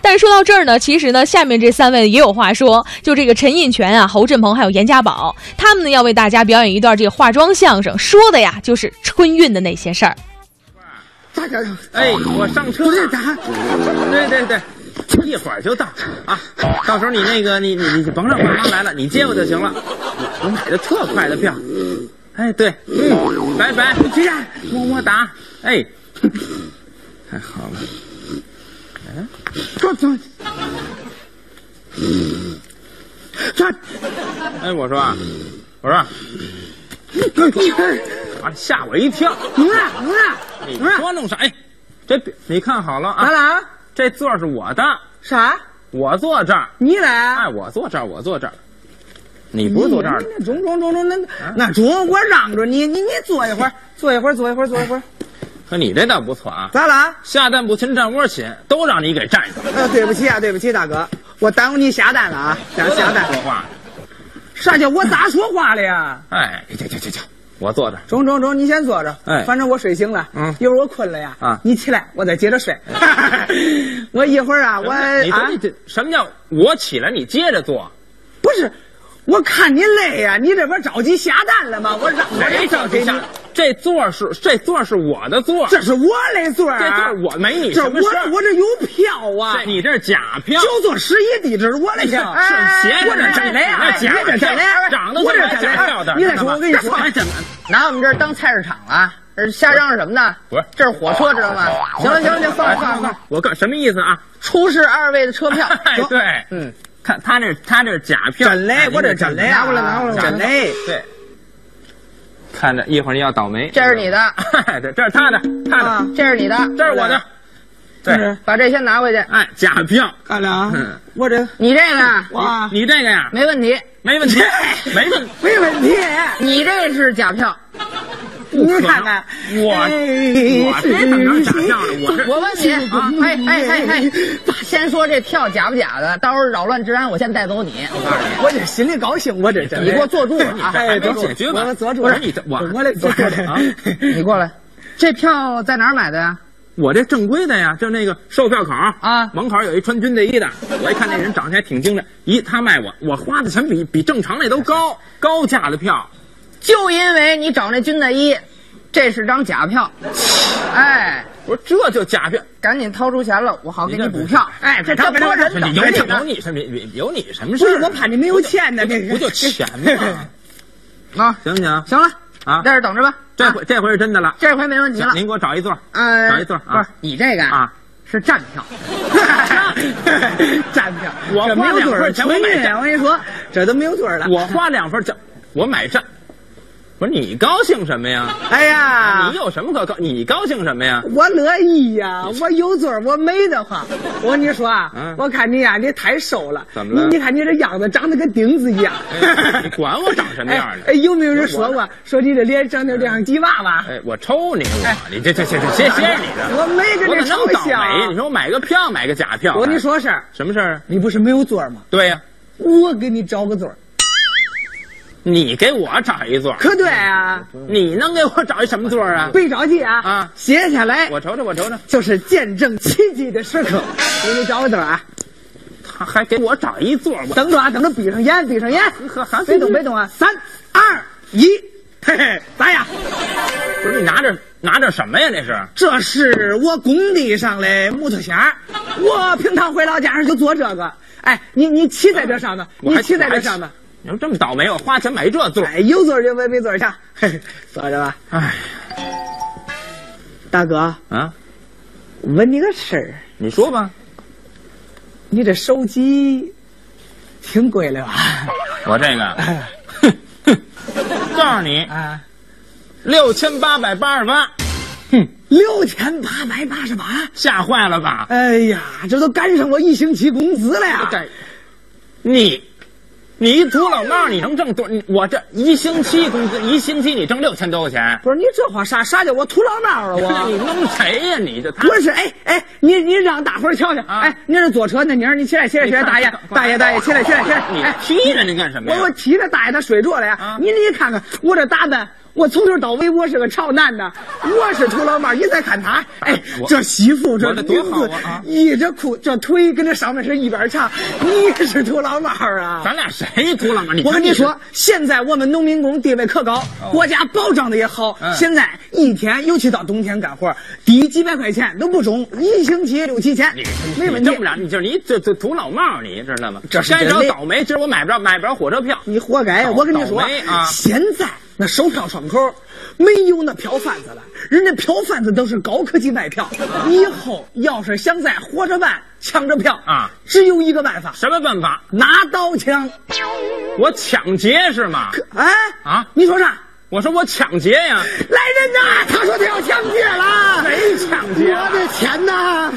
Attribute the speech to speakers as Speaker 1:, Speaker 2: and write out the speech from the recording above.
Speaker 1: 但是说到这儿呢，其实呢，下面这三位也有话说，就这个陈印泉啊、侯振鹏还有严家宝，他们呢要为大家表演一段这个化妆相声，说的呀就是春运的那些事儿。
Speaker 2: 大家
Speaker 3: 哎，我上车
Speaker 2: 不，是咱
Speaker 3: 对对对，一会儿就到啊！到时候你那个你你你甭让爸妈来了，你接我就行了。我买的特快的票，哎对，嗯，拜拜，这样么么哒，哎，太好了，
Speaker 2: 这这这
Speaker 3: 哎我说啊，我说啊
Speaker 2: 这这
Speaker 3: 啊吓我一跳，
Speaker 2: 不是不是
Speaker 3: 你
Speaker 2: 不是，
Speaker 3: 说弄啥？哎，这你看好了
Speaker 2: 咱
Speaker 3: 啊，
Speaker 2: 俩
Speaker 3: 这座儿是我的，
Speaker 2: 啥？
Speaker 3: 我坐这儿，
Speaker 2: 你俩
Speaker 3: 哎我坐这儿，我坐这儿，你不是坐这儿的，
Speaker 2: 那中中中中那那中，我让着你，你你坐一会儿，坐一会儿，坐一会儿，坐一会儿，
Speaker 3: 可你这倒不错啊。
Speaker 2: 咱俩。
Speaker 3: 下蛋不勤，站窝勤，都让你给占上了。
Speaker 2: 呃，对不起啊，对不起，大哥，我耽误你下蛋了啊，咱下蛋。
Speaker 3: 说话，
Speaker 2: 啥叫我咋说话了呀？
Speaker 3: 哎，这这这这，我坐这儿。
Speaker 2: 中中中，你先坐着，
Speaker 3: 哎
Speaker 2: 反正我睡醒了，
Speaker 3: 嗯
Speaker 2: 一会儿我困了呀，
Speaker 3: 啊
Speaker 2: 你起来，我再接着睡。我一会儿啊，我
Speaker 3: 你
Speaker 2: 啊
Speaker 3: 说，你这什么叫我起来，你接着坐？
Speaker 2: 不是，我看你累呀、你这不是着急下蛋了吗？我让我这
Speaker 3: 哎着
Speaker 2: 着
Speaker 3: 急
Speaker 2: 急
Speaker 3: 下？这座是这座是我的座，
Speaker 2: 这是我的座
Speaker 3: 这
Speaker 2: 儿，啊
Speaker 3: 座我没你
Speaker 2: 这
Speaker 3: 什么事
Speaker 2: 我
Speaker 3: 儿。
Speaker 2: 我这有票啊
Speaker 3: 这，你这是假票，
Speaker 2: 九座十一地址是我的票，
Speaker 3: 是
Speaker 2: 哎
Speaker 3: 闲着
Speaker 2: 我这真来啊，
Speaker 3: 那
Speaker 2: 哎
Speaker 3: 假
Speaker 2: 你这真来啊，
Speaker 3: 长得
Speaker 2: 我这
Speaker 3: 都
Speaker 2: 真
Speaker 3: 假
Speaker 2: 来
Speaker 3: 票
Speaker 2: 啊
Speaker 3: 的，
Speaker 2: 你再说，我跟你说，
Speaker 3: 真
Speaker 4: 拿我们这儿当菜市场啊？这瞎嚷嚷什么呢？
Speaker 3: 不是
Speaker 4: 这是火车，知道吗？行了行了，就放了放了放 了。
Speaker 3: 我告什么意思啊？
Speaker 4: 出示二位的车票。
Speaker 3: 哎，
Speaker 4: 走
Speaker 3: 对，嗯，看他这他这是哎假票，
Speaker 2: 真来，我这真来啊，真来。
Speaker 3: 对，看着一会儿你要倒霉。
Speaker 4: 这是你的，
Speaker 3: 哎， 对，这是他的，他的，
Speaker 2: 啊
Speaker 4: 这是你的，
Speaker 3: 这是我的，对，
Speaker 4: 把这先拿回去。
Speaker 3: 哎，假票，
Speaker 2: 干了啊
Speaker 3: 嗯，
Speaker 2: 我这
Speaker 4: 你这个
Speaker 2: 哇
Speaker 3: 你这个呀，
Speaker 4: 没问题，
Speaker 3: 没问题，没问题，
Speaker 2: 没问题，
Speaker 4: 你这是假票。
Speaker 3: 不可能
Speaker 2: 你看看
Speaker 3: 我
Speaker 2: 哎
Speaker 3: 我这怎么能假票呢？我 这
Speaker 4: 我问你啊，哎哎哎哎，先说这票假不假的，到时候扰乱治安，我先带走你。我告诉你，
Speaker 2: 我这心里高兴，我这真
Speaker 4: 你给我坐住啊！
Speaker 3: 还
Speaker 2: 哎，
Speaker 3: 没解决完
Speaker 2: 我坐住，
Speaker 3: 不是你这啊我
Speaker 2: 我这
Speaker 3: 坐着 啊
Speaker 4: 你过来，这票在哪儿买的呀？
Speaker 3: 我这正规的呀，就那个售票口
Speaker 4: 啊
Speaker 3: 门口有一穿军队衣的，我一看那人长得还挺精神，咦，他卖我，我花的钱比比正常那都高，高价的票，
Speaker 4: 就因为你找那军大衣，这是张假票，哎，
Speaker 3: 我说这就假票，
Speaker 4: 赶紧掏出钱了，我好给你补票。哎，这这多人等
Speaker 3: 有啊你
Speaker 4: 着你
Speaker 3: 有
Speaker 4: 呢
Speaker 3: 你什么有你什么事
Speaker 2: 不是
Speaker 3: 儿？啊
Speaker 2: 我怕你没有钱呢，这
Speaker 3: 不就钱吗？
Speaker 4: 啊！
Speaker 3: 行不行？
Speaker 4: 行了
Speaker 3: 啊
Speaker 4: 你在这儿等着吧。
Speaker 3: 这
Speaker 4: 啊
Speaker 3: 回这回是真的了。
Speaker 4: 这回没问题
Speaker 3: 行
Speaker 4: 了，。
Speaker 3: 您给我找一座儿，
Speaker 4: 呃，
Speaker 3: 找一座儿
Speaker 4: 不是
Speaker 3: 啊
Speaker 4: 你这个
Speaker 3: 啊！
Speaker 4: 是站票，
Speaker 2: 站票，
Speaker 3: 我
Speaker 2: 这没
Speaker 3: 花
Speaker 2: 有
Speaker 3: 两
Speaker 2: 座
Speaker 3: 份
Speaker 2: 儿，
Speaker 3: 钱我
Speaker 2: 纯
Speaker 3: 买
Speaker 2: 运
Speaker 3: 站
Speaker 2: 啊！我跟你说，这都没有座儿了。
Speaker 3: 我花两份钱，我买站。不是你高兴什么呀？
Speaker 2: 哎呀
Speaker 4: 啊
Speaker 3: 你，有什么可高？你高兴什么呀？
Speaker 2: 我乐意呀，我有座儿，我美得慌。我跟你说啊
Speaker 3: 嗯，
Speaker 2: 我看你呀，你太瘦了，
Speaker 3: 怎么了
Speaker 2: 你你看你这样子长得跟钉子一样。
Speaker 3: 哎你管我长什么样呢 啊
Speaker 2: 哎？哎，有没有人说过说你这脸长得像鸡娃娃？
Speaker 3: 哎，我抽你我，你这这这这歇歇哎你的，
Speaker 2: 我没跟
Speaker 3: 我
Speaker 2: 你
Speaker 3: 怎
Speaker 2: 嘲
Speaker 3: 么倒
Speaker 2: 笑。
Speaker 3: 霉？你说我买个票，买个假票，
Speaker 2: 啊我跟你说事儿，
Speaker 3: 什么事儿？啊
Speaker 2: 你不是没有座儿吗？
Speaker 3: 对呀，
Speaker 2: 我给你找个座儿，
Speaker 3: 你给我找一座儿，
Speaker 2: 可对啊，
Speaker 3: 你能给我找一什么座儿啊？
Speaker 2: 别着急啊
Speaker 3: 嗯啊
Speaker 2: 歇下来
Speaker 3: 我瞅瞅，我瞅瞅，
Speaker 2: 就是见证奇迹的时刻。给你找个座儿啊，
Speaker 3: 他还给我找一座儿，我
Speaker 2: 等着啊，等着，闭上眼，闭上眼，
Speaker 3: 呵还
Speaker 2: 别动，别动啊， 三二一，嘿嘿，咋样？
Speaker 3: 不是你拿着拿着什么呀？这是。
Speaker 2: 这是我工地上的木头箱儿，我平常回老家时就做这个。哎，你你骑在这上头，
Speaker 3: 我
Speaker 2: 你
Speaker 3: 还
Speaker 2: 骑在这上头。
Speaker 3: 你说这么倒霉，我花钱买这座。
Speaker 2: 哎，有座儿就没没座儿上，嘿嘿，坐着吧，
Speaker 3: 哎
Speaker 2: 大哥，
Speaker 3: 啊，
Speaker 2: 问你个事儿，
Speaker 3: 你说吧，
Speaker 2: 你这手机挺贵的吧？
Speaker 3: 我这个，哼哼告诉你，
Speaker 2: 啊，
Speaker 3: 六千八百八十八，
Speaker 2: 六千八百八十八。
Speaker 3: 吓坏了吧？
Speaker 2: 哎呀，这都赶上我一星期工资了呀！
Speaker 3: 这，你，你一土老帽，你能挣多？你我这一星期工资，一星期你挣六千多块钱，
Speaker 2: 不是你这话啥啥叫我土老帽啊
Speaker 3: 你
Speaker 2: 我？
Speaker 3: 弄谁呀、你这他
Speaker 2: 不是，哎哎，你你让大伙儿瞧瞧，
Speaker 3: 啊
Speaker 2: 哎，您是坐车呢，您你起来起来起来，大爷大爷大爷起来起来起来，
Speaker 3: 你
Speaker 2: 哎，
Speaker 3: 踢人家干什么
Speaker 2: 我我
Speaker 3: 呀？
Speaker 2: 提着大爷他睡着了呀
Speaker 3: 啊，
Speaker 2: 您你看看我这打扮，我从头到尾我是个朝南的，我是土老帽，你在看他，哎
Speaker 3: 我，
Speaker 2: 这媳妇这
Speaker 3: 我这
Speaker 2: 女
Speaker 3: 多好
Speaker 2: 子
Speaker 3: 啊啊
Speaker 2: 一着裤，这腿跟这上半身一边长，你是土老帽啊！
Speaker 3: 咱俩谁秃了吗？你
Speaker 2: 我跟
Speaker 3: 看
Speaker 2: 你
Speaker 3: 是
Speaker 2: 说，，现在我们农民工地位可高，国家保障的也好。
Speaker 3: 嗯
Speaker 2: 现在一天，尤其到冬天干活，低几百块钱都不中，一星期六七千
Speaker 3: 你，
Speaker 2: 没问
Speaker 3: 你
Speaker 2: 题
Speaker 3: 这。么着，你就是你这这土老帽，你知道吗？
Speaker 2: 这是
Speaker 3: 山
Speaker 2: 人
Speaker 3: 上
Speaker 2: 类
Speaker 3: 倒霉，今儿我买不着买不着火车票。
Speaker 2: 你活该呀！
Speaker 3: 倒
Speaker 2: 我跟你说
Speaker 3: 倒霉，啊
Speaker 2: 现在那售票窗口没有那票贩子了，人家票贩子都是高科技卖票。以后要是想在活着办抢着票
Speaker 3: 啊，
Speaker 2: 只有一个办法，
Speaker 3: 什么办法？
Speaker 2: 拿刀抢。
Speaker 3: 我抢劫是吗？
Speaker 2: 哎
Speaker 3: 啊
Speaker 2: 你说啥？
Speaker 3: 我说我抢劫呀！
Speaker 2: 来人呐！他说他要抢劫了，
Speaker 3: 谁抢劫了
Speaker 2: 我的钱呐！